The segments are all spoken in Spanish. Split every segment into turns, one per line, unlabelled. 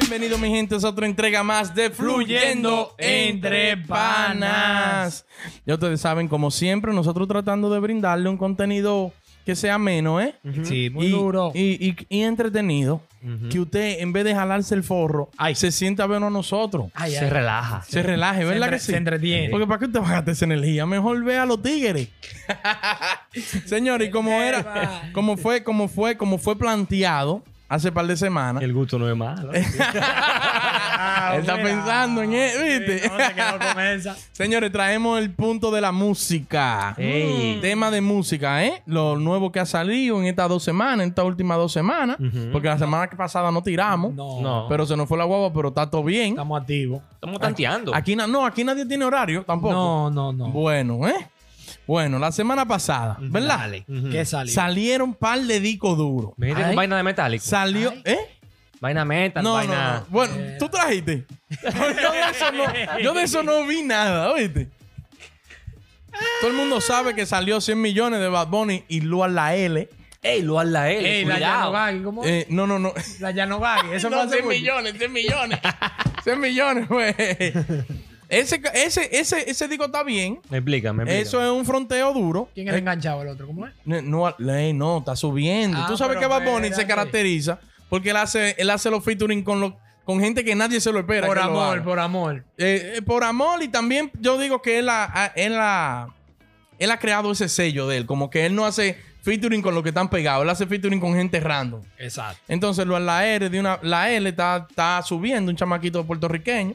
Bienvenido, mi gente, es otra entrega más de Fluyendo Entre Panas. Ya ustedes saben, como siempre, nosotros tratando de brindarle un contenido que sea ameno, ¿eh?
Sí, muy
y,
duro.
Y, y- y entretenido. Que usted, en vez de jalarse el forro,
Ay.
se sienta a vernos a nosotros.
se relaja.
Se relaje, ¿verdad
entre-
que sí?
se entretiene.
Porque para qué usted va a gastar esa energía, mejor ve a los tigres. Señores, y como era, como fue, como fue, como fue planteado hace par de semanas.
El gusto no es malo.
Él está pensando en él, ¿viste? Señores, traemos el punto de la música. Mm.
Ey.
Tema de música, ¿eh? Lo nuevo que ha salido en estas dos semanas, en estas últimas dos semanas. Porque la semana que pasada no tiramos.
No,
No.
Pero se nos fue la guagua, pero está todo bien.
estamos activos.
Estamos tanteando.
Aquí na- no, aquí nadie tiene horario tampoco.
No, no, no.
Bueno, ¿eh? Bueno, la semana pasada, ¿verdad?
¿Qué salió?
Salieron par de discos duros.
Me dijiste con vaina de metálico.
Salió, ¿eh?
Vaina metal,
No, no,
vaina.
no. Bueno, tú trajiste. yo, de eso no, yo de eso no vi nada, ¿oíste? Todo el mundo sabe que salió 100 millones de Bad Bunny y Lua la L.
Ey, lo haz la L.
Ey, la
cuidado.
Yanovagi, ¿cómo?
Eh, no, no, no.
La Yanovagi, eso
No,
no, hace
100
mucho.
millones, 100 millones. 100 millones, güey. Ese, ese, ese, ese disco está bien.
Explícame, explícame.
Eso es un fronteo duro. Eh,
¿Quién era enganchado el otro? ¿Cómo es?
No, no, ley, no, está subiendo.
Ah,
Tú sabes que
pero
Bad Bunny se
espérate.
caracteriza porque él hace, él hace los featuring con, los- con gente que nadie se lo espera.
Por
que lo
amor,
haga.
por amor.
Eh, eh, por amor y también yo digo que él ha, ha- él, ha, él ha creado ese sello de él, como que él no hace featuring con los que están pegados, él hace featuring con gente random.
Exacto.
Entonces lo- la R de una, la L está, está subiendo un chamaquito puertorriqueño,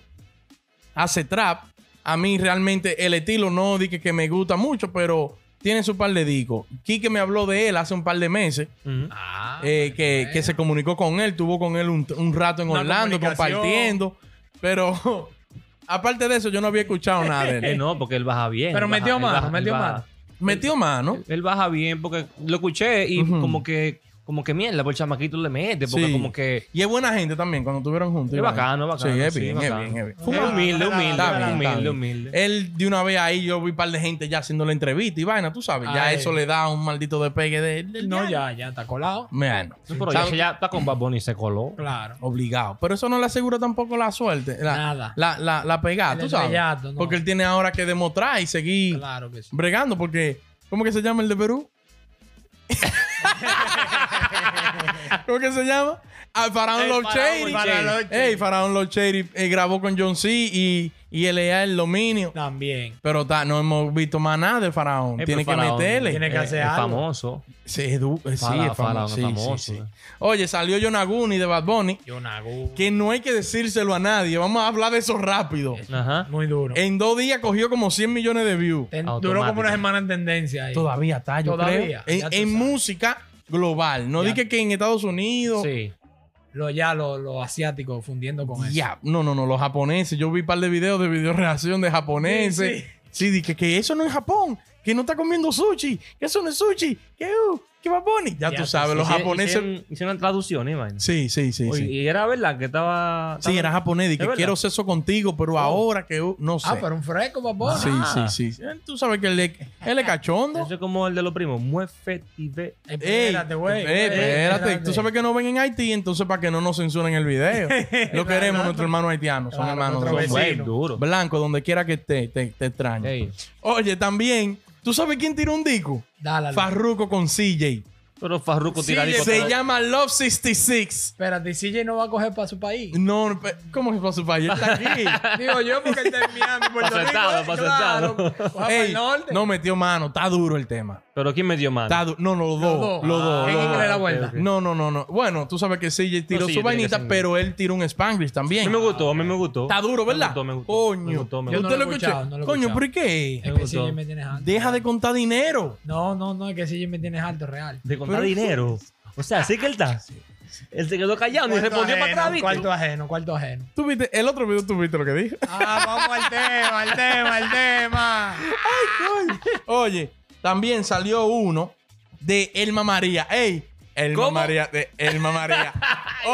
hace trap. A mí realmente el estilo no dije que me gusta mucho, pero tiene su par de discos. Quique me habló de él hace un par de meses.
Ujú.
Ah,
Eh,
pues,
que, que se comunicó con él, tuvo con él un, un rato en
Una
Orlando
comunicación.
compartiendo, pero aparte de eso yo no había escuchado nada de
Eh,
él.
no, porque él baja bien.
Pero
él baja-
metió
él
mano,
baja- él
metió
baja-
mano.
Metió mano.
Él, él baja bien porque lo escuché y
Ujú.
como que como que mierda, por el chamaquito le mete, porque
Sí.
como que
Y es buena gente también cuando estuvieron juntos.
es
Iván.
bacano, es bacano.
Sí, es
sí,
bien, es
bacano.
bien, es bien.
Es humilde, humilde,
Está bien, está
humilde,
bien.
humilde.
Él de una vez ahí yo vi un par de gente ya haciendo la entrevista y vaina, tú sabes, ya
Ay.
eso le da un maldito despegue de, del
No,
diablo.
ya, ya está colado.
Bueno,
No, pero ya,
¿sabes?
ya está con Bad Bunny se coló.
Claro.
obligado. Pero eso no le asegura tampoco la suerte, la,
Nada.
la, la, la pegada,
El
tú sabes.
estrellato, no.
Porque él tiene ahora que demostrar y seguir
Claro que sí.
bregando porque ¿cómo que se llama el de Perú? ¿Cómo que se llama? Al Faraón
El
Love
Faraón
Shady.
Love Shady.
Ey, Faraón Love Shady eh, grabó con John C. y, y LA el dominio.
También.
Pero ta- no hemos visto más nada de Faraón.
Eh,
tiene que
pero Faraón
meterle.
tiene que
Eh,
hacer
Es
algo.
famoso.
Sí, es du- eh, sí,
Faraón,
es
Faraón
famoso.
es
sí, sí,
famoso,
sí.
eh.
Oye, salió Yonaguni de Bad Bunny.
Yonagu.
Que no hay que decírselo a nadie. Vamos a hablar de eso rápido.
Ajá.
Muy duro.
En dos días cogió como 100 millones de views.
Ten- Duró
Automático.
como una semana en tendencia ahí.
Todavía está, yo
Todavía,
creo.
ya
En,
tú
en
sabes.
música global. No
Ya.
dije que en Estados Unidos.
Sí.
Lo, ya los lo asiáticos fundiendo con eso.
Ya. No, no, no. Los japoneses. Yo vi un par de videos de video reacción de japoneses.
Sí,
Sí, dije que eso no es Japón. Que no está comiendo sushi. Que eso no es sushi. Que, uh, que va Bunny. Ya, tú sabes, los
Hicieron-
japoneses.
Hicieron, hicieron traducciones, man.
Sí, sí, sí.
Oye,
sí.
Y era verdad que estaba.
Sí, era japonés. Dije,
¿Es verdad?
quiero sexo contigo, pero ahora que uh, no sé.
Ah, pero un fresco, papá.
Sí,
Ah.
sí, sí. Tú sabes que él es, él es cachondo.
Eso es como el de los primos. Muefe tibet.
Ey,
Espérate, güey.
espérate, espérate. Tú sabes que no ven en Haití, entonces para que no nos censuren el video. Lo queremos, nuestro hermano haitiano. Son
Claro,
hermanos.
nuestro
son
vecino.
buenos.
Güey, duro.
Blanco, donde quiera que esté, te, te extraño.
Ey,
Oye, también, ¿tú sabes quién tiró un disco?
Dale,
Farruko con CJ.
Pero Farruko tira disco
Se
todo.
llama Love 66.
Espérate, ¿y CJ no va a coger para su país.
No, pe- ¿cómo que pasó para allá? Está aquí.
Digo yo, porque él está en Miami, Puerto
Pa'
Rico.
sentado,
eh,
pa'
claro.
sentado.
Coja para el
Ey,
norte.
no metió mano. Está duro el tema.
Pero ¿quién me dio mano?
Está du- no, no, los dos. Los dos.
Ah,
¿Quién
los
es que
dos.
le da vuelta?
ok.
No, no, no, no. Bueno, tú sabes que CJ tiró su
No, CJ tiene que
vainita,
ser-
pero él tiró un Spanglish
A mí
también.
me gustó, a mí me gustó.
Está duro, ¿verdad?
Me gustó, me gustó.
Coño.
Me gustó, me
Yo
gustó.
te lo
he
escuché.
escuchado, no lo he
Coño,
escuchado.
¿por qué?
Es
Me
que
gustó.
CJ me tienes alto.
Deja de contar dinero.
No, no, no, es que CJ me tienes alto, real.
De contar
Pero-
dinero. O sea, sí que él está. Él se quedó callado, ni
Cuarto
respondió para
ajeno,
atrás, ¿viste?
Cuarto ajeno, cuarto ajeno.
¿Tú viste? El otro video tú viste lo que dije.
Ah, vamos al tema, al tema, al tema.
Oye, también salió uno de Elma María. ¡Ey! Elma
¿Cómo?
María, de Elma María.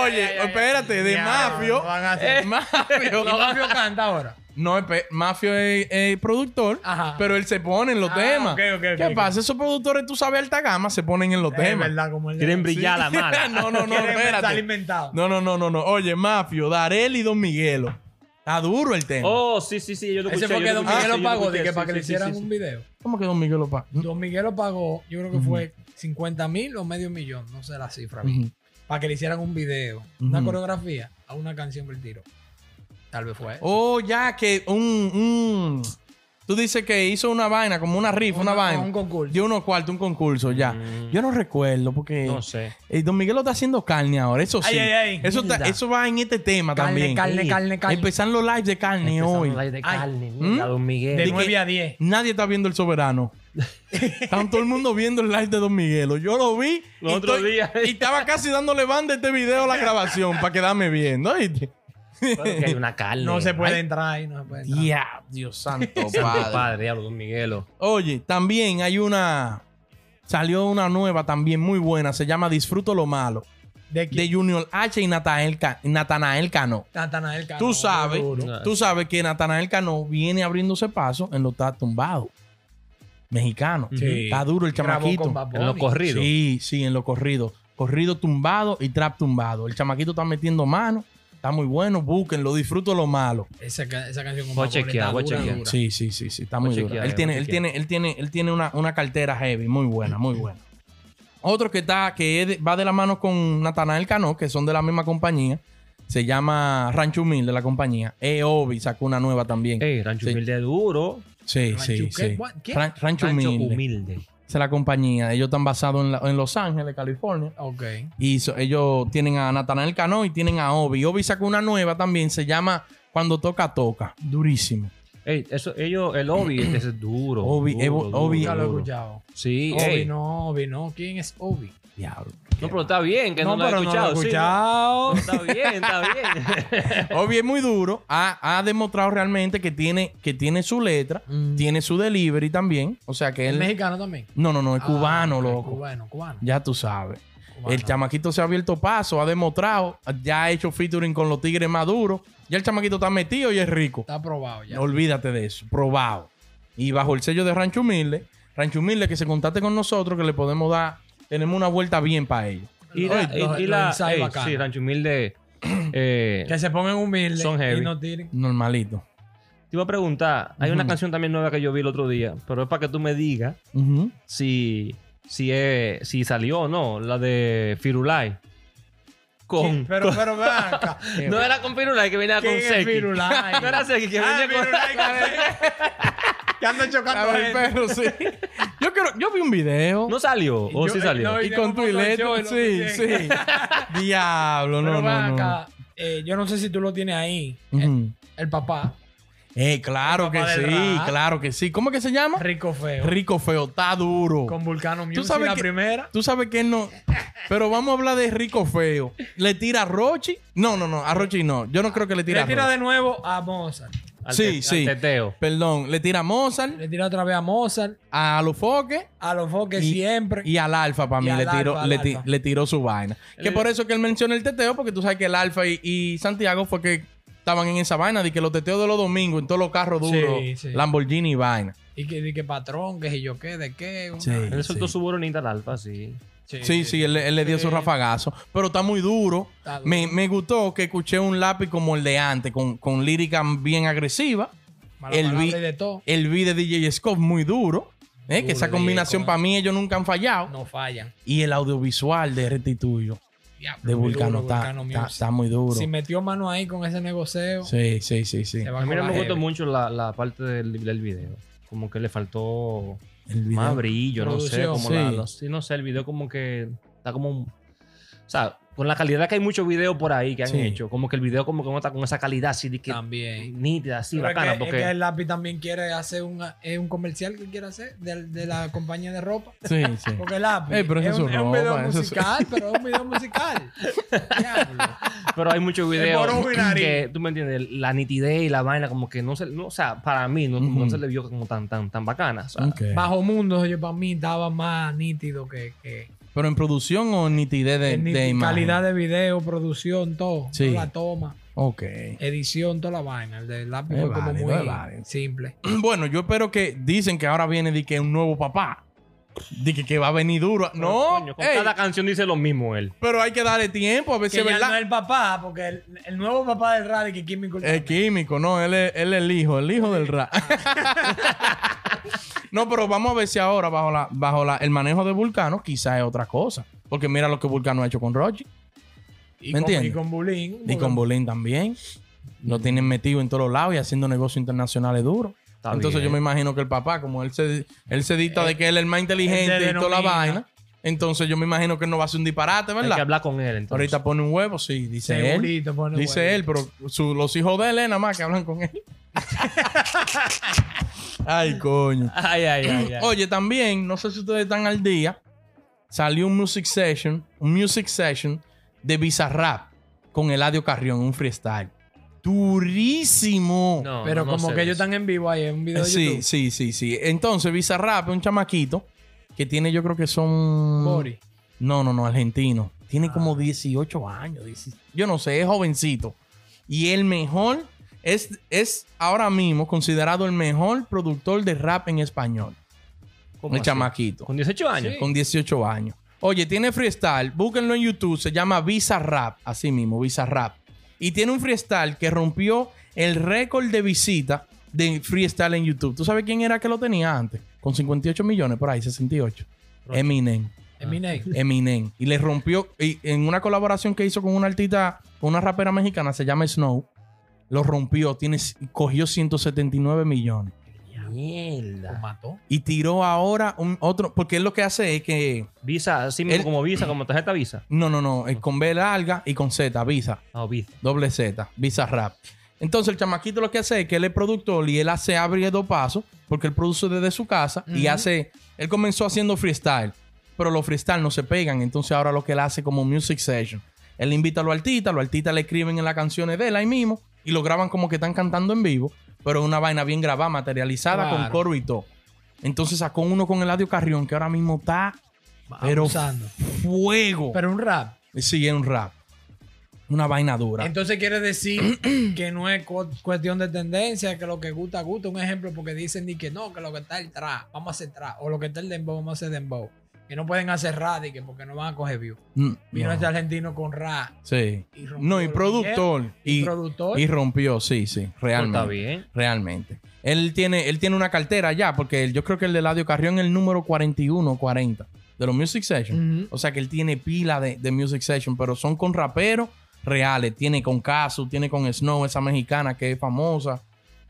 Oye, espérate, de
Ya,
Mafio.
no van a hacer-
Mafio.
¿Y Mafio canta ahora?
No, es pe- Mafio es, es productor,
Ajá.
pero él se pone en los
Ah,
temas.
ok, ok,
¿Qué
ok,
pasa? Esos productores, tú sabes, alta gama, se ponen en los
Es
temas.
verdad, como el de-
Quieren
Sí.
brillar la mala.
Ah, no, no, no,
Quieren estar
espérate.
inventado.
No, no, no, no, no. Oye, Mafio, Darel y Don Miguelo. Está duro el tema.
Oh, sí, sí, sí. Yo lo escuché.
Ese fue
yo
que
lo
Don
escuché,
Miguel
sí,
lo
yo
pagó, de
escuché,
que
sí,
para que
sí,
le
sí,
hicieran
sí,
un video.
¿Cómo que Don Miguelo pa-
Don Miguel lo pagó, yo creo que fue 50 mil o medio millón, no sé la cifra. bien.
Ujú.
Para que le hicieran un video, una
Ujú.
coreografía a una canción por tiro. Tal vez fue.
Oh, ya que un, un- Tú dices que hizo una vaina, como una rifa, una,
Una-
vaina.
un concurso.
Dio unos cuartos, un concurso, ya.
Mm.
Yo no recuerdo porque.
No sé.
Eh, Don Miguel lo está haciendo carne ahora, eso sí.
Ay, ay, ay.
Eso, está-
Mierda.
eso va en este tema
carne,
también.
carne,
Sí.
carne, carne.
Empezan los lives de carne hoy.
Empezando la de
Ay.
carne, mira,
¿Mm?
Don Miguel.
de
que-
9 a 10.
Nadie está viendo el soberano. Están todo el mundo viendo el live de Don Miguelo. Yo lo vi. y
Los otros
estoy-
días.
Y estaba casi dándole banda a este video a la grabación para quedarme viendo. ¿oíste?
Claro que hay una carne.
No se puede
Ay,
entrar ahí, no se puede entrar.
Ya, Dios santo,
santo
padre.
padre, diablo, Don Miguelo.
Oye, también hay una. Salió una nueva también muy buena. Se llama Disfruto lo malo.
¿De quién?
De Junior H y Natanael, Ca- Natanael Cano.
Natanael Cano,
Tú sabes,
duro.
No.
tú sabes que Natanael Cano viene abriéndose paso en los está tumbado. Mexicano.
Sí.
Está duro el
Grabó
chamaquito.
con Bad
En lo
Bunny.
corrido.
Sí, sí, en lo corrido. Corrido tumbado y trap tumbado. El chamaquito está metiendo mano. Está muy bueno. Búsquenlo, disfruto lo malo.
Esa, ca- esa canción con
Voy a
Bad Bunny
chequear,
está
voy a
dura,
chequear.
dura.
Sí, sí, sí, sí. Está
Voy
muy
a
duro.
chequear,
Él
voy
tiene,
a
él
chequear.
tiene, él tiene, él tiene una, una cartera heavy, muy buena, muy buena. Otro que está, que es de- va de la mano con Natanael Cano, que son de la misma compañía. Se llama Rancho Humilde la compañía. E E-Obi sacó una nueva también.
Ey, Rancho
Sí.
Humilde duro.
Sí,
Rancho
sí,
¿qué?
sí.
What? ¿Qué?
Ran- Rancho
Rancho
Humilde.
Humilde.
Esa es la compañía. Ellos están basados en, la- en Los Ángeles, California.
Ok.
Y so- ellos tienen a Natanael Cano y tienen a Obi. Obi sacó una nueva también. Se llama Cuando Toca, Toca. Durísimo.
Ey, eso, ellos, el Obi, ese es duro.
Obi,
duro,
Evo-
duro,
Obi.
Nunca lo he
duro.
escuchado.
Sí,
Obi
ey. No,
no, Obi no. ¿Quién es Obi?
Diablo.
pero está bien que no, lo he escuchado. sí,
escuchado.
no, Está bien, está bien.
Obi es muy duro. Ha, ha demostrado realmente que tiene, que tiene su letra.
Mm.
Tiene su delivery también. O sea que
¿Es
él...
mexicano también?
No, no, no. Es
Ah,
cubano,
ok,
loco.
Cubano, cubano.
Ya tú sabes.
cubano.
El chamaquito se ha abierto paso. Ha demostrado. Ya ha hecho featuring con los tigres más duros. Ya el chamaquito está metido y es rico.
Está aprobado ya.
No Olvídate de eso, probado. Y bajo el sello de Rancho Humilde, Rancho Humilde que se contacte con nosotros, que le podemos dar, tenemos una vuelta bien para ellos.
Y la,
Los-
y-
los-
y
los
la-
ensayos
ey,
bacanos.
sí, Rancho Humilde. eh,
Que se pongan humildes
Son
y
heavy.
no tiren.
Normalito.
te iba a preguntar, hay una
Ujú.
canción también nueva que yo vi el otro día, pero es para que tú me digas
Ujú.
si, si, es, si salió o no, la de Firulai. Con,
Pero, pero, ven acá.
no era con Firulai que venía con
¿Quién es
Seki.
Firulai?
No era Seki que
Ah,
venía con...
Firulai, que- Que ando
A
chocando
ver,
gente.
pero sí. Yo, quiero- yo vi un video.
No salió, o
Yo- eh,
sí salió.
no,
y
y
con
tengo
tu
fotos
ileto-
yo y lo
Sí, sí.
puse.
Diablo, no,
Pero ven
no, Mm. no.
acá. eh, yo no sé si tú lo tienes ahí. Eh,
Ujú.
El papá,
Eh, claro
el
que
papá
sí,
del Ra.
claro que sí. ¿Cómo que se llama?
Rico Feo.
Rico Feo, está duro.
Con Vulcano Music,
sabes
la
que-
primera.
Tú sabes que él no. Pero vamos a hablar de Rico Feo. ¿Le tira a Rochi? No, no, no. A Rochi no. Yo no creo que le tira
Le
a
tira
Rochi.
de nuevo a Mozart.
Al
sí,
te- al
sí.
teteo.
Perdón. Le tira a Mozart,
Le tira otra vez a Mozart,
a Lofoque
a los foques
Y-
siempre.
y al Alfa para
Y
mí.
al
Le
Alfa,
tiró,
al
le, ti-
Alfa.
le tiró su vaina. Que por eso que él menciona el teteo, porque tú sabes que el Alfa y, y Santiago fue que estaban en esa vaina. De que los teteos de los domingos en todos los carros
Sí,
duros,
sí.
Lamborghini y vaina.
Y que, y que patrón, que si yo qué, de qué. una-
Él soltó
sí.
su boronita al alfa, sí.
Sí, sí, él, le- él le dio
Sí.
su rafagazo. Pero está muy duro.
Está duro.
Me, me gustó que escuché un lápiz como el de antes, con, con lírica bien agresiva.
Mala
el
palabra
vi-
y de todo.
El beat de DJ Scott muy duro. ¿eh?
Duro,
que esa
DJ
combinación
Scott.
para mí ellos nunca han fallado.
No fallan.
Y el audiovisual de Retituyo,
Diablo,
de
duro,
Vulcano, está,
Vulcano
está-
Music.
está muy duro.
Si metió mano ahí con ese negocio,
Sí, sí, sí, sí.
se va
A mí
con
no
la
me gustó
heavy.
mucho la, la parte del, del video. Como que le faltó
El video.
más brillo, no sé.
Producción.
Como
Sí.
la, la- sí, no sé, el video como que está como... un- O sea, con la calidad que hay muchos videos por ahí que han
Sí.
hecho. Como que el video como que no está con esa calidad así de que...
También.
Nítida, así,
Pero es
bacana.
que-
porque...
es que el lápiz también quiere hacer una- es un comercial que quiere hacer de, de la compañía de ropa.
Sí, sí.
Porque el lápiz
Ey, pero esa
es,
es
un,
su
es un video
ropa, esa es su-
musical, pero es un video musical. Diablo.
Pero hay muchos videos
moro Binari.
que, tú me entiendes, la nitidez y la vaina como que no se... No, o sea, para mí no, no
Ujú.
se le vio como tan, tan, tan bacana. o sea.
Ok.
Bajo Mundo, yo para mí estaba más nítido que, que
Pero en producción o en nitidez de,
en
de
nit-
imagen.
calidad de video, producción, todo.
Sí.
No la toma.
Ok.
Edición, toda la vaina. El de lápiz
Es
fue como
válido,
muy
es válido.
simple.
Bueno, yo espero que dicen que ahora viene de que un nuevo papá. De que, que va a venir duro. No,
Coño, con
ey,
cada canción dice lo mismo él.
pero hay que darle tiempo a ver si
Que
es
ya
verdad.
no es el papá, porque el, el nuevo papá del Radi que Kimmy Cultura.
Es químico, no, él es, él es el hijo, el hijo del rap. no, pero vamos a ver si ahora, bajo la, bajo la, el manejo de Vulcano, quizás es otra cosa. Porque mira lo que Vulcano ha hecho con Roger
y,
¿me
con,
entiendes?
y con Bulín.
y con Bolín también. Lo tienen metido en todos lados y haciendo negocios internacionales duros.
Está
Entonces
bien.
yo me imagino que el papá, como él se, él se dicta de que él es el más inteligente y toda la
denomina.
vaina, entonces yo me imagino que él no va a hacer un disparate,
Hay que
¿verdad?
hablar con él entonces.
Ahorita pone un huevo, sí, dice él.
Segurito, pues. pone
Dice
huevo.
él, pero su- los hijos de él es nada más que hablan con él. Ay, coño.
Ay, ay, ay. ay.
Oye, también, no sé si ustedes están al día, salió un music session, un music session de Bizarrap con Eladio Carrión, un freestyle. Durísimo.
No,
Pero
no, no
como
sé
que
de
ellos
eso.
están en vivo ahí, en un video de
sí,
YouTube.
sí, sí, sí. Entonces, Bizarrap es un chamaquito que tiene, yo creo que son.
Bori.
Ah.
No, no, no, argentino. Tiene como 18 años. 16. Yo no sé, es jovencito. Y el mejor, es, es ahora mismo considerado el mejor productor de rap en español.
¿Cómo
El
así?
chamaquito.
Con 18 años.
Sí.
Con 18 años. Oye, tiene freestyle, búsquenlo en YouTube, se llama Visa Rap, así mismo, Visa Rap. Y tiene un freestyle que rompió el récord de visita de freestyle en YouTube. ¿Tú sabes quién era que lo tenía antes? Con 58 millones, por ahí, 68. Eminem.
Eminem.
Eminem. Y le rompió, y en una colaboración que hizo con una artista, con una rapera mexicana, se llama Snow, lo rompió, tiene, cogió 179 millones
Lo
Mierda.
mató.
y tiró ahora un otro, porque él lo que hace es que,
Visa, así mismo
Él-
como Visa, como tarjeta Visa.
no, no, no, eh, con B larga y con Z, Visa,
Ah, Visa.
doble Z, Visa Rap. Entonces el chamaquito lo que hace es que él es productor y él hace abrir dos pasos, porque él produce desde su casa y hace, él comenzó haciendo freestyle, pero los freestyle no se pegan, entonces ahora lo que él hace como music session. Él invita a los artistas, los artistas le escriben en las canciones de él ahí mismo y lo graban como que están cantando en vivo, pero es una vaina bien grabada, materializada con
Claro.
coro y todo. Entonces sacó uno con Eladio Carrión que ahora mismo está Pero-
Abusando.
fuego.
Pero un rap.
Sí, es un rap. Una vaina dura.
Entonces quiere decir que no es cu- cuestión de tendencia, que lo que gusta, gusta. Un ejemplo, porque dicen ni que no, que lo que está el trap, vamos a hacer trap. O lo que está el dembow, vamos a hacer dembow. Que no pueden hacer rap, di que porque no van a coger view.
Mm,
Vino
no.
este argentino con rap.
Sí.
Y rompió
No, y
los
productor.
Y,
Y,
productor.
y rompió, sí, sí.
Pues
Realmente.
Está bien.
Realmente. Él tiene, él tiene una cartera ya, porque él- yo creo que el de Eladio Carrión es el número 41 40 de los Music Session.
Ujú.
O sea que él tiene pila de, de Music Session, pero son con raperos reales. Tiene con Casu, tiene con Snow, esa mexicana que es famosa.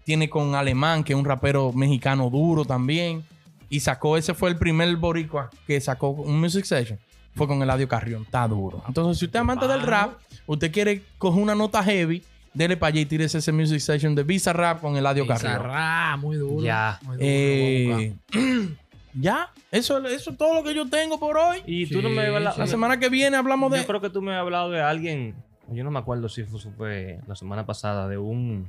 Tiene con Alemán, que es un rapero mexicano duro también. Y sacó, ese fue el primer boricua que sacó un Music Session. Fue con Eladio Carrión, está duro. Entonces, si usted es amante del rap, usted quiere coger una nota heavy, dele para allá y tírese ese Music Session de Visa Rap con Eladio
Esa
Carrión.
rap, muy duro.
Ya.
muy duro, lo voy a
Eh, ya, eso, eso es todo lo que yo tengo por hoy.
Y
Sí,
tú no me la,
sí.
La semana que viene hablamos de.
Yo creo que tú me has hablado de alguien. Yo no me acuerdo si fue, fue la semana pasada, de un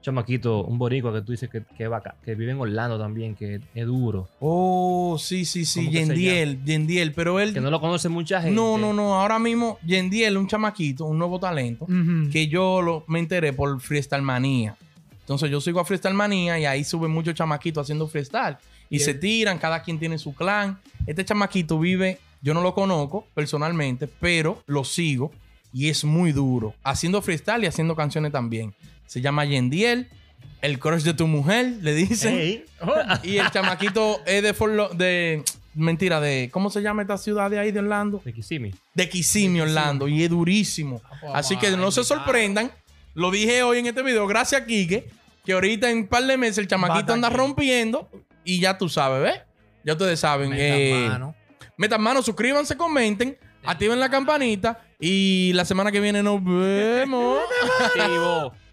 chamaquito, un boricua que tú dices que, que, es vaca- que vive en Orlando también, que es duro.
Oh, sí, sí, sí,
¿Cómo que se
Yendiel, Yendiel, pero él...
Que no lo conoce mucha gente.
No, no, no, ahora mismo Yendiel es un chamaquito, un nuevo talento,
Mm.
buscar. Ujú.
que yo lo, me enteré por Freestyle Manía. Entonces yo sigo a Freestyle Manía y ahí suben muchos chamaquitos haciendo freestyle. Y
Bien.
se tiran, cada quien tiene su clan. Este chamaquito vive, yo no lo conozco personalmente, pero lo sigo y es muy duro, haciendo freestyle y haciendo canciones también. Se llama Yendiel, el crush de tu mujer, le dicen.
Ey.
Y el chamaquito es de, Fort Lo- de. Mentira, de. ¿Cómo se llama esta ciudad de ahí de Orlando?
De Kissimmee.
De Kissimmee, Orlando. Y es durísimo.
Ah, pues,
Así
vamos a
que no se
invitar.
sorprendan. Lo dije hoy en este video, gracias a Quique, que ahorita en un par de meses el chamaquito
Bata
anda
aquí.
rompiendo. Y ya tú sabes, ¿ves? Ya ustedes saben.
Metan
eh,
mano.
metan mano, suscríbanse, comenten, activen la campanita. Y la semana que viene nos vemos.
Activo.